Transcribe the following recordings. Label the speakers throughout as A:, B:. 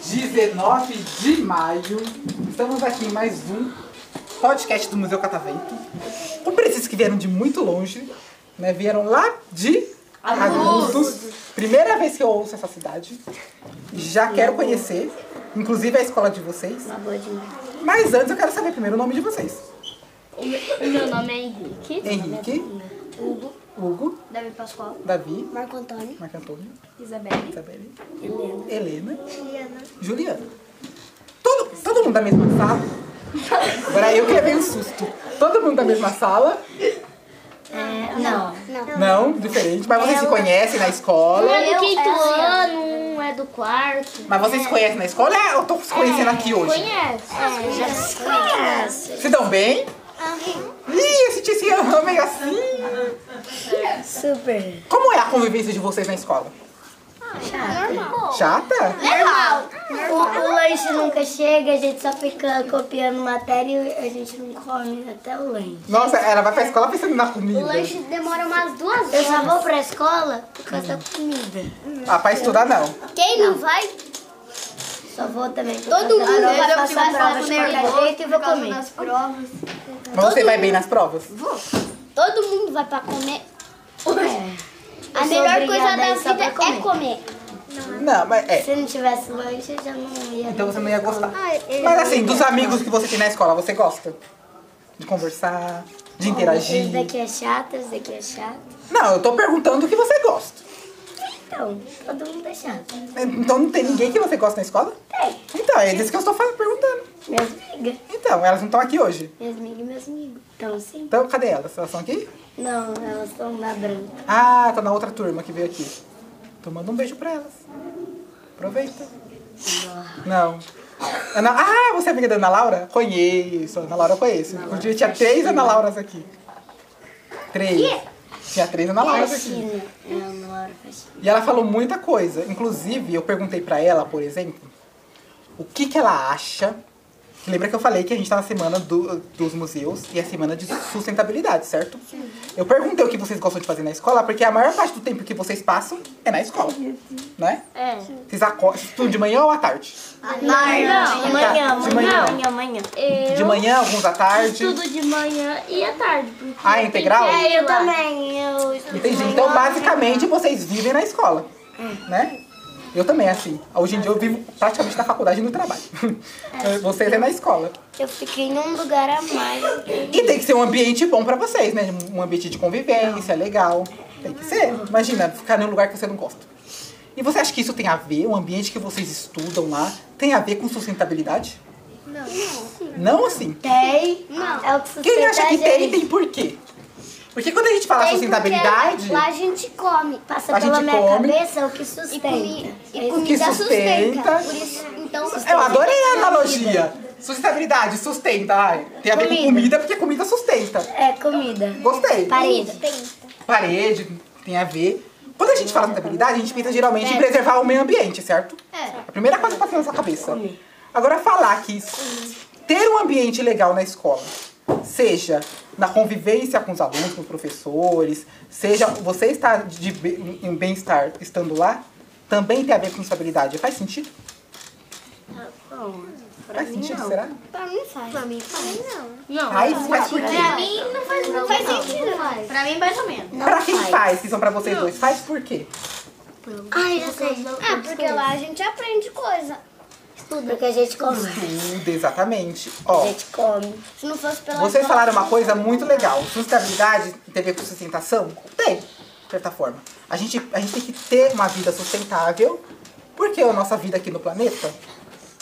A: 19 de maio, estamos aqui em mais um podcast do Museu Catavento. Com precisas que vieram de muito longe, né? Vieram lá de Agudos. Primeira vez que eu ouço essa cidade. Já quero conhecer, inclusive a escola de vocês.
B: Boa demais.
A: Mas antes eu quero saber primeiro o nome de vocês.
B: O meu- o meu nome é Henrique.
A: Henrique,
B: Hugo.
A: Hugo,
B: Davi Pascoal.
A: Davi,
B: Marco Antônio.
A: Marco Antônio,
B: Isabelle.
A: Isabelle,
B: Helena.
A: Tá né? Helena,
B: Juliana.
A: Juliana. Todo, todo mundo da mesma sala. Agora eu que levei um susto. Todo mundo da mesma sala.
B: É, não.
A: Não, diferente. Mas vocês se conhecem na escola.
B: é do quinto
C: ano, um é do quarto.
B: É.
A: Mas vocês se conhecem na escola ou eu tô se conhecendo aqui hoje?
C: Conhece? É.
B: Já se conhece.
A: Se dão bem? Ih, eu senti esse aham meio assim.
B: Super.
A: Como é a convivência de vocês na escola? Chata?
C: O, o lanche nunca chega, a gente só fica copiando matéria e a gente não come até o lanche.
A: Nossa, ela vai pra escola pensando na comida.
C: demora umas duas horas. Eu só vou pra escola por causa da comida.
A: Ah, pra estudar não.
C: Quem não vai? Só vou também.
B: Todo mundo
C: vai
B: parou de
C: passar a
B: passar
C: prova de
B: nervoso
C: qualquer jeito e vou
B: por causa
C: comer.
B: das
A: Mas você vai bem nas provas?
B: Todo mundo vai pra comer.
C: Eu
B: A
C: sou
B: melhor coisa
C: obrigada a
B: da
C: ir
B: vida
C: só pra comer.
B: é comer.
A: Não, mas é.
C: Se não tivesse lanche, eu já não ia.
A: Então você não ia gostar.
B: Ai,
C: é.
B: eu-
A: Mas assim, dos amigos que você tem na escola, você gosta? De conversar, de
C: Esse
A: interagir.
C: daqui é chato, esse daqui é chato.
A: Não, eu tô perguntando o que você gosta.
C: Então, todo mundo é chato.
A: Então não tem ninguém que você gosta na escola?
C: Tem.
A: Então, é disso que eu estou falando, perguntando.
C: Minhas amigas.
A: Então, elas não estão aqui hoje.
C: Minhas amigas e meus amigos. Então, sim.
A: Então, cadê elas? Elas estão aqui?
C: Não, elas estão na branca.
A: Ah, tá na outra turma que veio aqui. Então manda um beijo pra elas. Aproveita. Não. Ana... Ah, você é amiga da Ana Laura? Conheço, Ana Laura eu conheço. Um dia tinha três Ana Lauras aqui. Três. Tinha três Ana Lauras aqui.
C: Faxina. É a Nora Faxina.
A: E ela falou muita coisa. Inclusive, eu perguntei pra ela, por exemplo, o que que ela acha. Lembra que eu falei que a gente tá na semana do- dos museus e a semana de sustentabilidade, certo? Eu perguntei o que vocês gostam de fazer na escola, porque a maior parte do tempo que vocês passam é na escola, né?
C: É.
A: Vocês acordam, estudam de manhã ou à tarde?
C: Ah, Não, amanhã,
A: De manhã.
C: amanhã, amanhã, amanhã.
A: De manhã, alguns à tarde.
D: Estudo de manhã e à tarde. Porque
A: Ah, integral?
C: É, eu também. Eu
A: Entendi. Então, basicamente, vocês vivem na escola, né? Eu também, assim. Hoje em dia eu vivo praticamente na faculdade e no trabalho. Vocês é na escola.
C: Eu fiquei num lugar a mais.
A: E tem que ser um ambiente bom pra vocês, né? Um ambiente de convivência, legal. Tem que ser. Imagina, ficar num lugar que você não gosta. E você acha que isso tem a ver, o ambiente que vocês estudam lá, tem a ver com sustentabilidade? Não. Não, assim.
C: Tem? Não. É o que
A: Quem acha que
C: sustenta a
A: tem,
C: gente.
A: tem por quê? Porque quando a gente fala sustentabilidade,
C: Lá a gente come. Passa
A: A
C: pela
A: gente
C: minha
A: come.
C: cabeça o que sustenta.
B: E
A: o que
B: comida sustenta.
A: sustenta.
B: Por isso, então,
A: Eu adorei a analogia. Sustentabilidade, sustenta. Ai, tem a ver com
C: Comida.
A: comida, porque comida sustenta.
C: É comida.
A: Gostei.
C: Parede.
A: Parede, tem a ver. Quando a gente fala sustentabilidade, a gente pensa geralmente em preservar o meio ambiente, certo? É. A primeira coisa que passa na sua cabeça. Agora, falar que s- ter um ambiente legal na escola, seja na convivência com os alunos, com os professores, seja você estar de be- em bem-estar estando lá, também tem a ver com sustentabilidade. Faz sentido? Faz sentido, será?
B: Pra mim faz. Pra mim faz.
A: Aí faz por quê?
B: Pra mim não faz, não faz sentido. Faz. Pra mim mais ou menos.
A: Pra quem faz, que são pra vocês dois, faz por quê?
C: Ai, já sei.
B: Ah, porque lá a gente aprende coisa.
C: Porque a gente come.
A: Tudo, exatamente.
C: A
A: Ó,
C: gente come.
B: Se não fosse pela
A: vocês falaram uma coisa muito legal. Sustentabilidade tem a ver com sustentação? Tem, de certa forma. A gente, a gente tem que ter uma vida sustentável, porque a nossa vida aqui no planeta,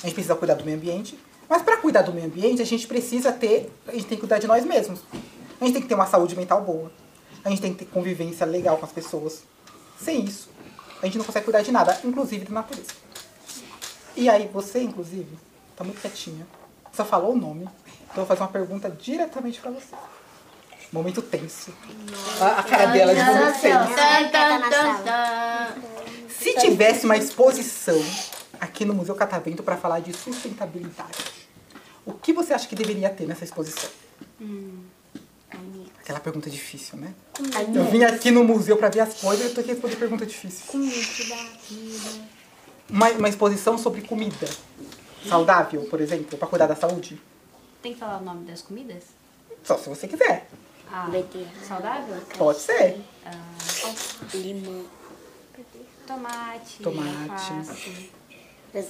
A: a gente precisa cuidar do meio ambiente. Mas pra cuidar do meio ambiente, a gente precisa ter, a gente tem que cuidar de nós mesmos. A gente tem que ter uma saúde mental boa. A gente tem que ter convivência legal com as pessoas. Sem isso, a gente não consegue cuidar de nada, inclusive da natureza. E aí, você, inclusive, tá muito quietinha. Só falou o nome. Então eu vou fazer uma pergunta diretamente pra você. Momento tenso. A, a cara dela de momento tenso. Se tivesse uma exposição aqui no Museu Catavento pra falar de sustentabilidade, que você acha que deveria ter nessa exposição? Aquela pergunta difícil, né?
C: Hum.
A: Eu vim aqui no museu pra ver as coisas e eu tô aqui responder pergunta difícil. Uma, uma exposição sobre comida saudável, por exemplo, pra cuidar da saúde.
E: Tem que falar o nome das comidas?
A: Só se você quiser.
E: Ah, saudável?
A: Pode ser.
E: Tomate,
A: Tomate.
E: alface.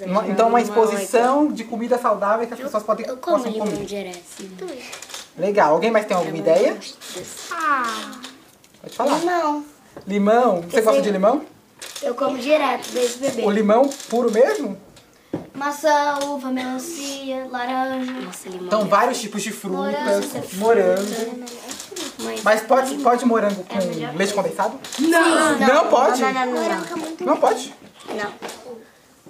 A: Uma- então, uma exposição de comida saudável que as pessoas podem,
C: Eu como
A: possam
C: limão
A: comer.
C: direto.
A: Legal. Alguém mais tem alguma ideia? Pode falar.
C: Limão.
A: Ah. Limão. Você gosta de limão?
C: Eu como direto desde bebê.
A: O limão puro mesmo?
C: Maçã, uva, melancia, laranja. Nossa, limão.
A: Então, vários tipos de frutas, morango. Mas pode, pode morango com leite condensado? Não! Não pode? Não pode?
B: Não.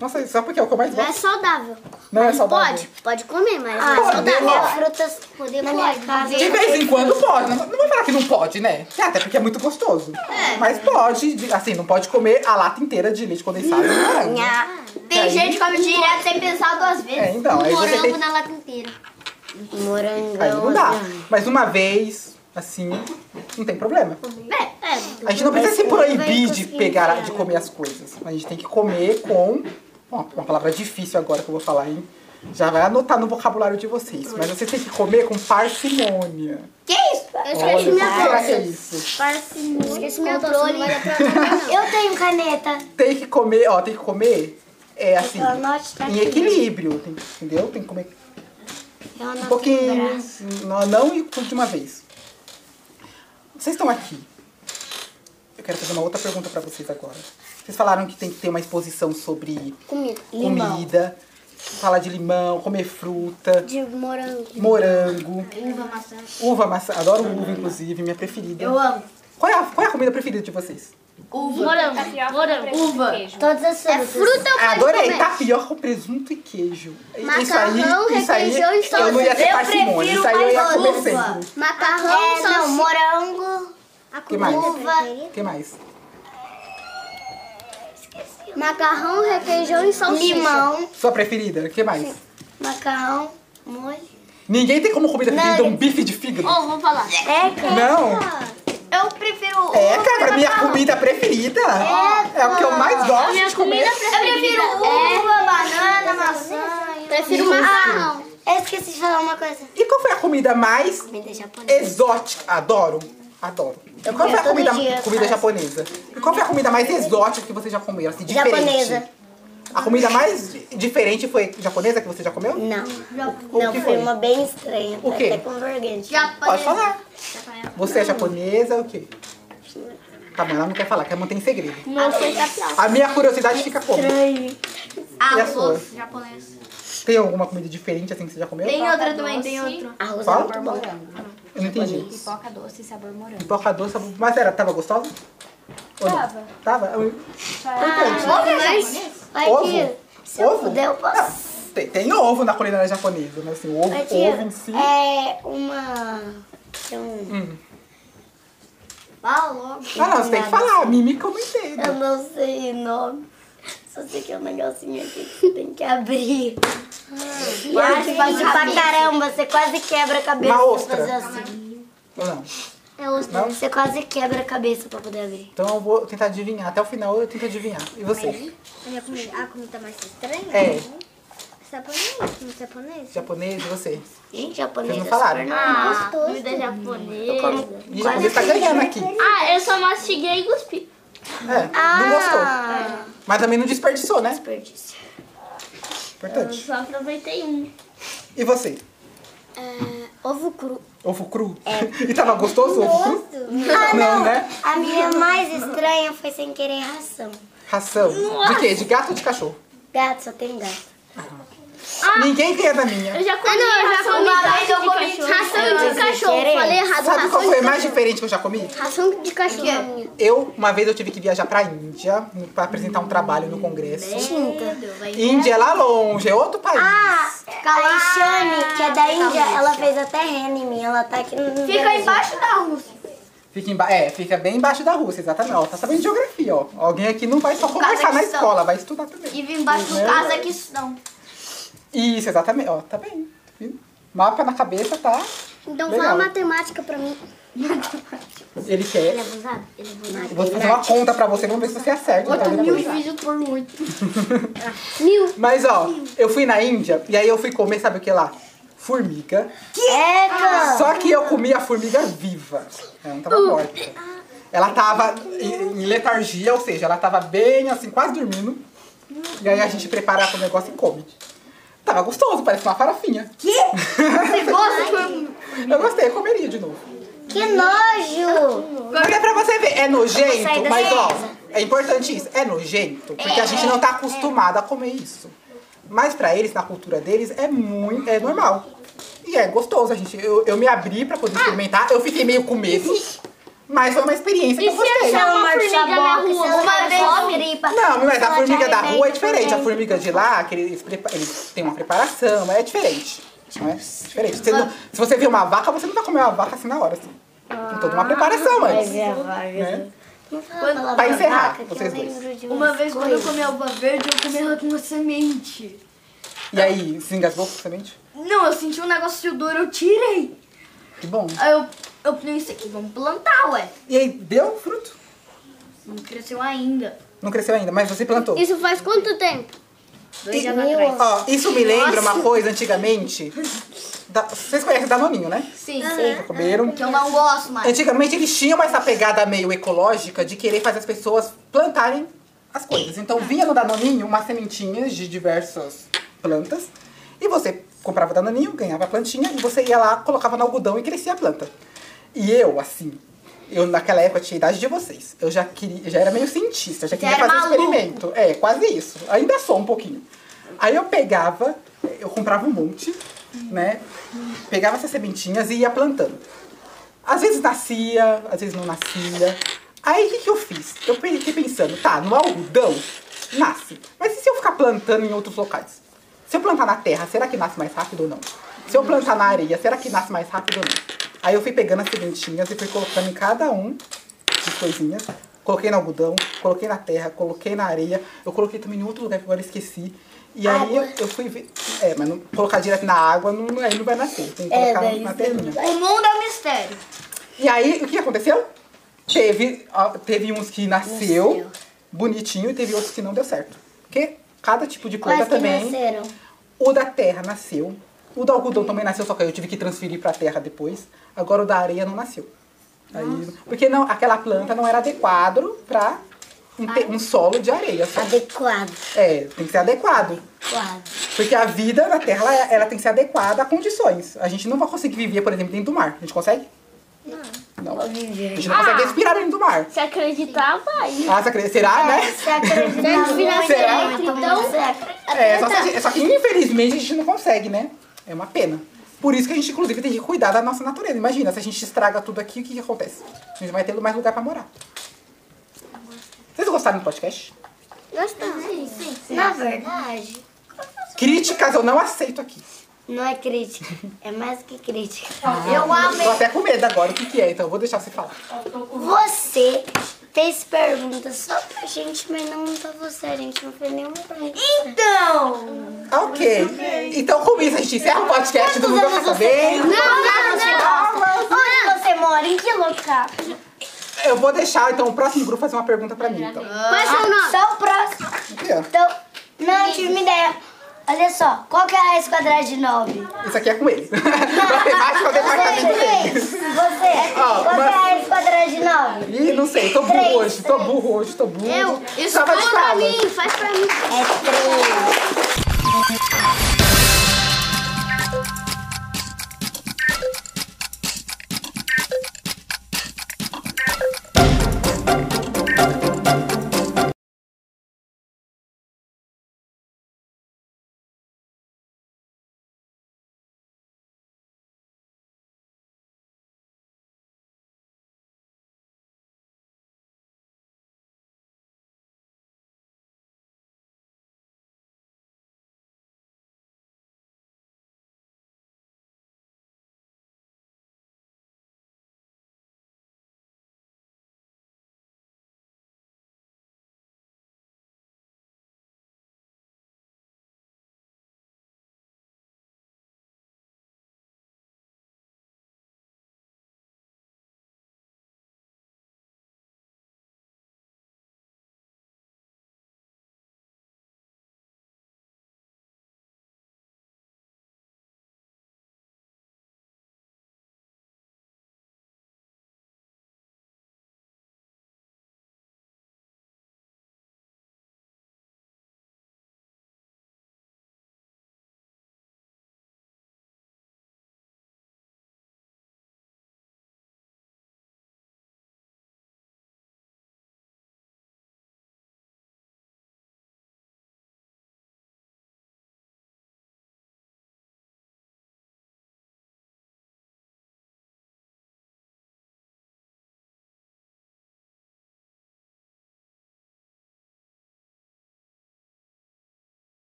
A: Nossa, só porque é o que eu mais
B: Não é
A: gosto.
B: saudável.
A: Não é saudável.
B: Pode, pode comer, mas
A: Ah,
B: não é saudável.
A: pode.
B: Frutas, poder
C: Na
B: pode.
C: minha casa-
A: De vez em quando pode. Não não vou falar que não pode, né? É, Até porque é muito gostoso. Mas pode, de- assim, não pode comer a lata inteira de leite condensado. e morango.
B: Tem
A: Aí-
B: gente que come direto sem pensar duas vezes.
A: É, então, aí
B: um
A: você
B: morango
A: tem-
B: na lata inteira.
A: Aí não
C: Morangão.
A: dá. Mas uma vez, assim, não tem problema.
B: É, é.
A: A gente não precisa se
C: vai
A: proibir de
C: conseguir
A: pegar,
C: enfiar.
A: de comer as coisas. A gente tem que comer com. Ó, uma palavra difícil agora que eu vou falar, hein? Já vai anotar no vocabulário de vocês. Mas vocês têm que comer com parcimônia.
B: Que isso? Eu
A: Olha, o
B: esqueci
A: que
B: minha
A: será que é
B: bolsa.
A: isso?
B: Esqueci meu controle.
C: Eu tenho caneta.
A: Tem que comer, ó, tem que comer. É assim,
C: Eu anoto
A: em
C: aqui.
A: equilíbrio, tem- entendeu? Tem que comer
B: É
C: Eu anoto
A: um
C: no
A: pouquinho,
C: braço.
A: não, não e tudo de uma vez. Vocês estão aqui. Eu quero fazer uma outra pergunta pra vocês agora. Vocês falaram que tem que ter uma exposição sobre
B: Comida.
A: comida, falar de limão, comer fruta,
B: De morango.
A: morango,
B: Uva, maçã.
A: uva maçã. Adoro uva, inclusive, minha preferida.
D: Eu amo.
A: Qual é a, qual é a comida preferida de vocês?
E: Ah,
D: Uva.
B: Tá
D: Morango. Morango. Uva.
C: Todas as
B: É
C: frutas.
B: fruta ou pode
A: Adorei,
B: comer?
A: tapioca com presunto e queijo.
B: Macarrão,
A: isso aí,
B: requeijão e
A: Eu não ia
B: salsicha.
A: ter
B: Eu
A: parcimônia, isso aí eu ia
C: mais
A: comer
C: uva.
A: sempre.
B: Macarrão,
C: É, não,
B: salsicha.
C: morango,
A: que mais?
C: uva,
A: O que mais?
B: Macarrão, requeijão e salsicha.
C: limão,
A: Sua preferida? O que mais?
C: macarrão, molho.
A: Ninguém tem como comida preferida um
C: Nuggets.
A: bife de fígado.
B: Ô, vamos falar.
C: É,
A: Não.
B: Eu prefiro
A: É,
B: ovo
A: cara,
B: que
A: minha
B: macarrão.
A: comida preferida. É, o que eu mais gosto. de comer.
B: Eu prefiro uva, banana, maçã. Prefiro macarrão.
C: eu esqueci de falar uma coisa.
A: E qual foi a comida mais
C: Comida japonesa.
A: exótica? Adoro. Adoro. E Qual foi a
C: todo
A: comida,
C: dia,
A: comida
C: quase.
A: japonesa? E qual foi a comida mais exótica que você já comeu? Assim, diferente?
C: Japonesa.
A: A comida mais di- diferente foi japonesa que você já comeu?
C: Não,
A: O
C: não,
A: que
C: foi,
A: foi?
C: uma bem estranha.
A: O quê?
C: Até com vergonha.
A: Pode falar. Você é japonesa o quê? Tá bom, ela não quer falar, quer manter em segredo.
B: Não sei
C: é
B: tapioca.
A: A minha curiosidade fica como?
C: Estranho.
A: E a sua?
E: Arroz japonês.
A: Tem alguma comida diferente assim que você já comeu?
B: Tem outra também, tem outra.
C: Arroz é
A: Qual?
E: Sabor morango.
A: Eu não entendi.
E: Pipoca doce e sabor morango.
A: Pipoca doce, mas era, tava gostosa? Ou não?
E: Tava.
A: Tava? Eu- Importante.
C: Aqui, se eu
A: ovo?
C: puder, eu posso.
A: Não, tem, tem ovo na culinária japonesa, mas assim, o ovo,
C: Aqui,
A: ovo em si.
C: é uma... tem um-
A: Hum.
B: Fala logo.
A: Ah, não, você tem que falar, a mímica eu não entendo.
C: Eu não sei o nome. Só sei que é um negocinho aqui que você tem que abrir.
B: Ah,
C: E é
B: um
C: difícil pra caramba. Você quase quebra a cabeça
A: Uma
C: pra
A: ostra.
C: fazer assim.
A: Ou não?
C: É ostra.
A: Não?
C: Você quase quebra a cabeça pra poder abrir.
A: Então eu vou tentar adivinhar, até o final eu tento adivinhar. E você?
B: A minha comida, a comida mais estranha?
A: É.
B: Japonês, não japonês? Ah,
A: Japonês e você?
C: Gente, japonês
A: Vocês
C: é
A: não falaram. né?
C: super normal.
B: Gostoso.
C: Como-
A: E japonês tá ganhando aqui.
D: Ah, eu só mastiguei e cuspi.
A: É, não gostou. Mas também não desperdiçou, né?
C: Desperdício.
D: Eu
A: Importante.
D: só aproveitei um.
A: E você?
B: É, Ovo cru.
A: Ovo cru? E tava gostoso o ovo cru?
C: Ah,
A: Não,
C: não.
A: né?
C: A minha mais estranha foi sem querer ração.
A: Ração. De quê? De gato ou de cachorro?
C: Gato, só tem gato.
A: Ninguém tem a da minha.
D: Eu já comi
B: eu já
D: ração
B: comi
D: de
B: ração
D: gato
B: eu
D: de
B: comi
D: cachorro.
B: Ração de cachorro.
C: Diferente.
B: Falei errado.
A: Sabe
B: ração
A: qual foi
B: de
A: a mais
B: cachorro.
A: diferente que eu já comi?
B: Ração de cachorro.
A: Eu, uma vez eu tive que viajar pra Índia pra apresentar um trabalho no congresso. Índia é lá longe, é outro país.
C: A Alexane, que é da Índia, ela fez até rena em mim. Ela tá aqui no
B: Fica embaixo da Rússia.
A: Fica, emba é, fica bem embaixo da Rússia, exatamente. Ó, tá sabendo de geografia, ó. Alguém aqui não vai só conversar na
B: Cazaquistão.
A: escola, vai estudar também.
B: E vim embaixo do
A: Entendeu?
B: Cazaquistão.
A: Isso, exatamente. Ó, tá bem. tá vendo? Mapa na cabeça, tá?
B: Então
A: Legal.
B: fala matemática pra mim.
A: Ele quer.
C: Ele é abusado? Ele é abusado.
A: Eu vou fazer uma conta pra você, vamos ver se você acerta. tá? Depois.
E: vídeos por muito.
B: Mil.
A: Mas ó, eu fui na Índia e aí eu fui comer, sabe o que lá? Formiga.
C: Eca!
A: Só que eu comi a formiga viva. Ela não tava morta. Ela tava em em letargia, ou seja, ela tava bem assim, quase dormindo. E aí a gente prepara o negócio e come. Tava gostoso, parece uma farofinha.
E: Você gosta?
A: Eu gostei, eu comeria de novo.
C: Que nojo!
A: Mas é pra você ver, é
C: sair
A: nojento,
C: da
A: mas ó,
C: mesa.
A: é importante isso. É nojento, porque a gente não tá acostumado a comer isso. Mas pra eles, na cultura deles, é muito, é normal. E é gostoso, a gente. Eu, eu me abri pra poder experimentar, eu fiquei meio com medo, mas foi uma experiência que
D: E
A: eu
D: se
A: gostei.
C: é
D: achar
C: um
D: uma formiga na rua? Uma vez
A: Não, mas a formiga da rua é diferente. A formiga de lá, que eles, prepa- eles têm uma preparação, é diferente. Não é diferente. Você não- se você vê uma vaca, você não vai comer uma vaca assim na hora. Assim. Tem toda uma preparação antes. Né? Pra encerrar, vocês dois.
E: Uma vez quando eu comi uva verde, eu comi ela com uma semente.
A: E aí, se engasgou com semente?
E: Não, eu senti um negócio de odor, eu tirei.
A: Que bom.
E: Aí eu, eu falei, isso aqui, vamos plantar, ué.
A: E aí, deu fruto?
E: Não cresceu ainda.
A: Não cresceu ainda, mas você plantou.
B: Isso faz quanto tempo?
E: Dois
A: E-
E: anos atrás.
A: Ó, isso me lembra uma coisa antigamente. Da- vocês conhecem Danoninho, né?
E: Sim,
A: Já comeram.
E: que eu não gosto mais.
A: Antigamente eles tinham essa pegada meio ecológica de querer fazer as pessoas plantarem as coisas.
E: É.
A: Então vinha no Danoninho umas sementinhas de diversas plantas. E você comprava o Danoninho, ganhava a plantinha e você ia lá, colocava no algodão e crescia a planta. E eu, assim, eu naquela época tinha a idade de vocês. Eu já queria, já era meio cientista, eu já queria
E: era
A: fazer
E: maluco.
A: experimento. É, quase isso. Ainda sou um pouquinho. Aí eu pegava, eu comprava um monte, né? Pegava essas sementinhas e ia plantando. Às vezes nascia, às vezes não nascia. Aí o que, que eu fiz? Eu fiquei pensando, tá, no algodão nasce. Mas e se eu ficar plantando em outros locais? Se eu plantar na terra, será que nasce mais rápido ou não? Se eu plantar na areia, será que nasce mais rápido ou não? Aí eu fui pegando as sementinhas e fui colocando em cada um de coisinhas. Coloquei no algodão, coloquei na terra, coloquei na areia. Eu coloquei também em outro lugar que agora eu esqueci. E aí eu, eu fui ver. É, mas não, colocar direto na água não, aí não vai nascer. Tem que
C: É,
A: colocar
C: daí
A: na
C: você
A: terrinha.
E: O mundo é um mistério.
A: E aí, o que aconteceu? Teve, ó, teve uns que nasceu
C: Nasceu.
A: bonitinho e teve outros que não deu certo. Porque cada tipo de planta
C: Quais que
A: também.
C: nasceram?
A: O da terra nasceu. O do algodão também nasceu, só que aí eu tive que transferir pra terra depois. Agora o da areia não nasceu. Aí- porque não, aquela planta não era adequada pra um, te- um solo de areia. só.
C: Adequado.
A: É, tem que ser adequado.
C: Quase.
A: Porque a vida na Terra, ela, é, ela tem que ser adequada a condições. A gente não vai conseguir viver, por exemplo, dentro do mar. A gente consegue? Não. A gente não consegue respirar dentro do mar.
D: Se acreditar, vai.
A: Ah, você acredita? Será, né?
C: Você acredita
D: Deve virar
C: muito,
D: será?
C: muito,
D: Então-
C: muito, você acredita.
A: É, só, que a gente- só que infelizmente a gente não consegue, né? É uma pena. Por isso que a gente, inclusive, tem que cuidar da nossa natureza. Imagina, se a gente estraga tudo aqui, o que, que acontece? A gente vai ter mais lugar pra morar. Vocês gostaram do podcast?
C: Na verdade,
A: Críticas eu não aceito aqui.
C: não é crítica. É mais que crítica.
B: Ah.
A: Eu amei. Tô até com medo agora, o que, que é, então eu vou deixar você falar.
C: Você fez perguntas só pra gente, mas não pra você. A gente não fez nenhuma pergunta. Então!
A: Ok. Então, com isso, a gente encerra o podcast do Mundo Fica Bem.
C: Onde você mora? Em que local? um
A: Eu vou deixar, então, o próximo grupo fazer uma pergunta pra mim, então.
B: Qual é seu nome?
C: Só o próximo.
A: Aqui, ó.
C: Então, não tive uma ideia. Olha só, qual que é a raiz quadrada de 9?
A: Isso aqui é com eles. Matemática é o departamento deles.
C: Você, você,
A: Ó,
C: qual que é a
A: mas-
C: raiz quadrada de 9?
A: Ih, não sei, tô burro
C: Três,
A: hoje, tô burro hoje, tô burro. Eu,
D: Isso faz pra mim, faz pra mim.
C: É 3.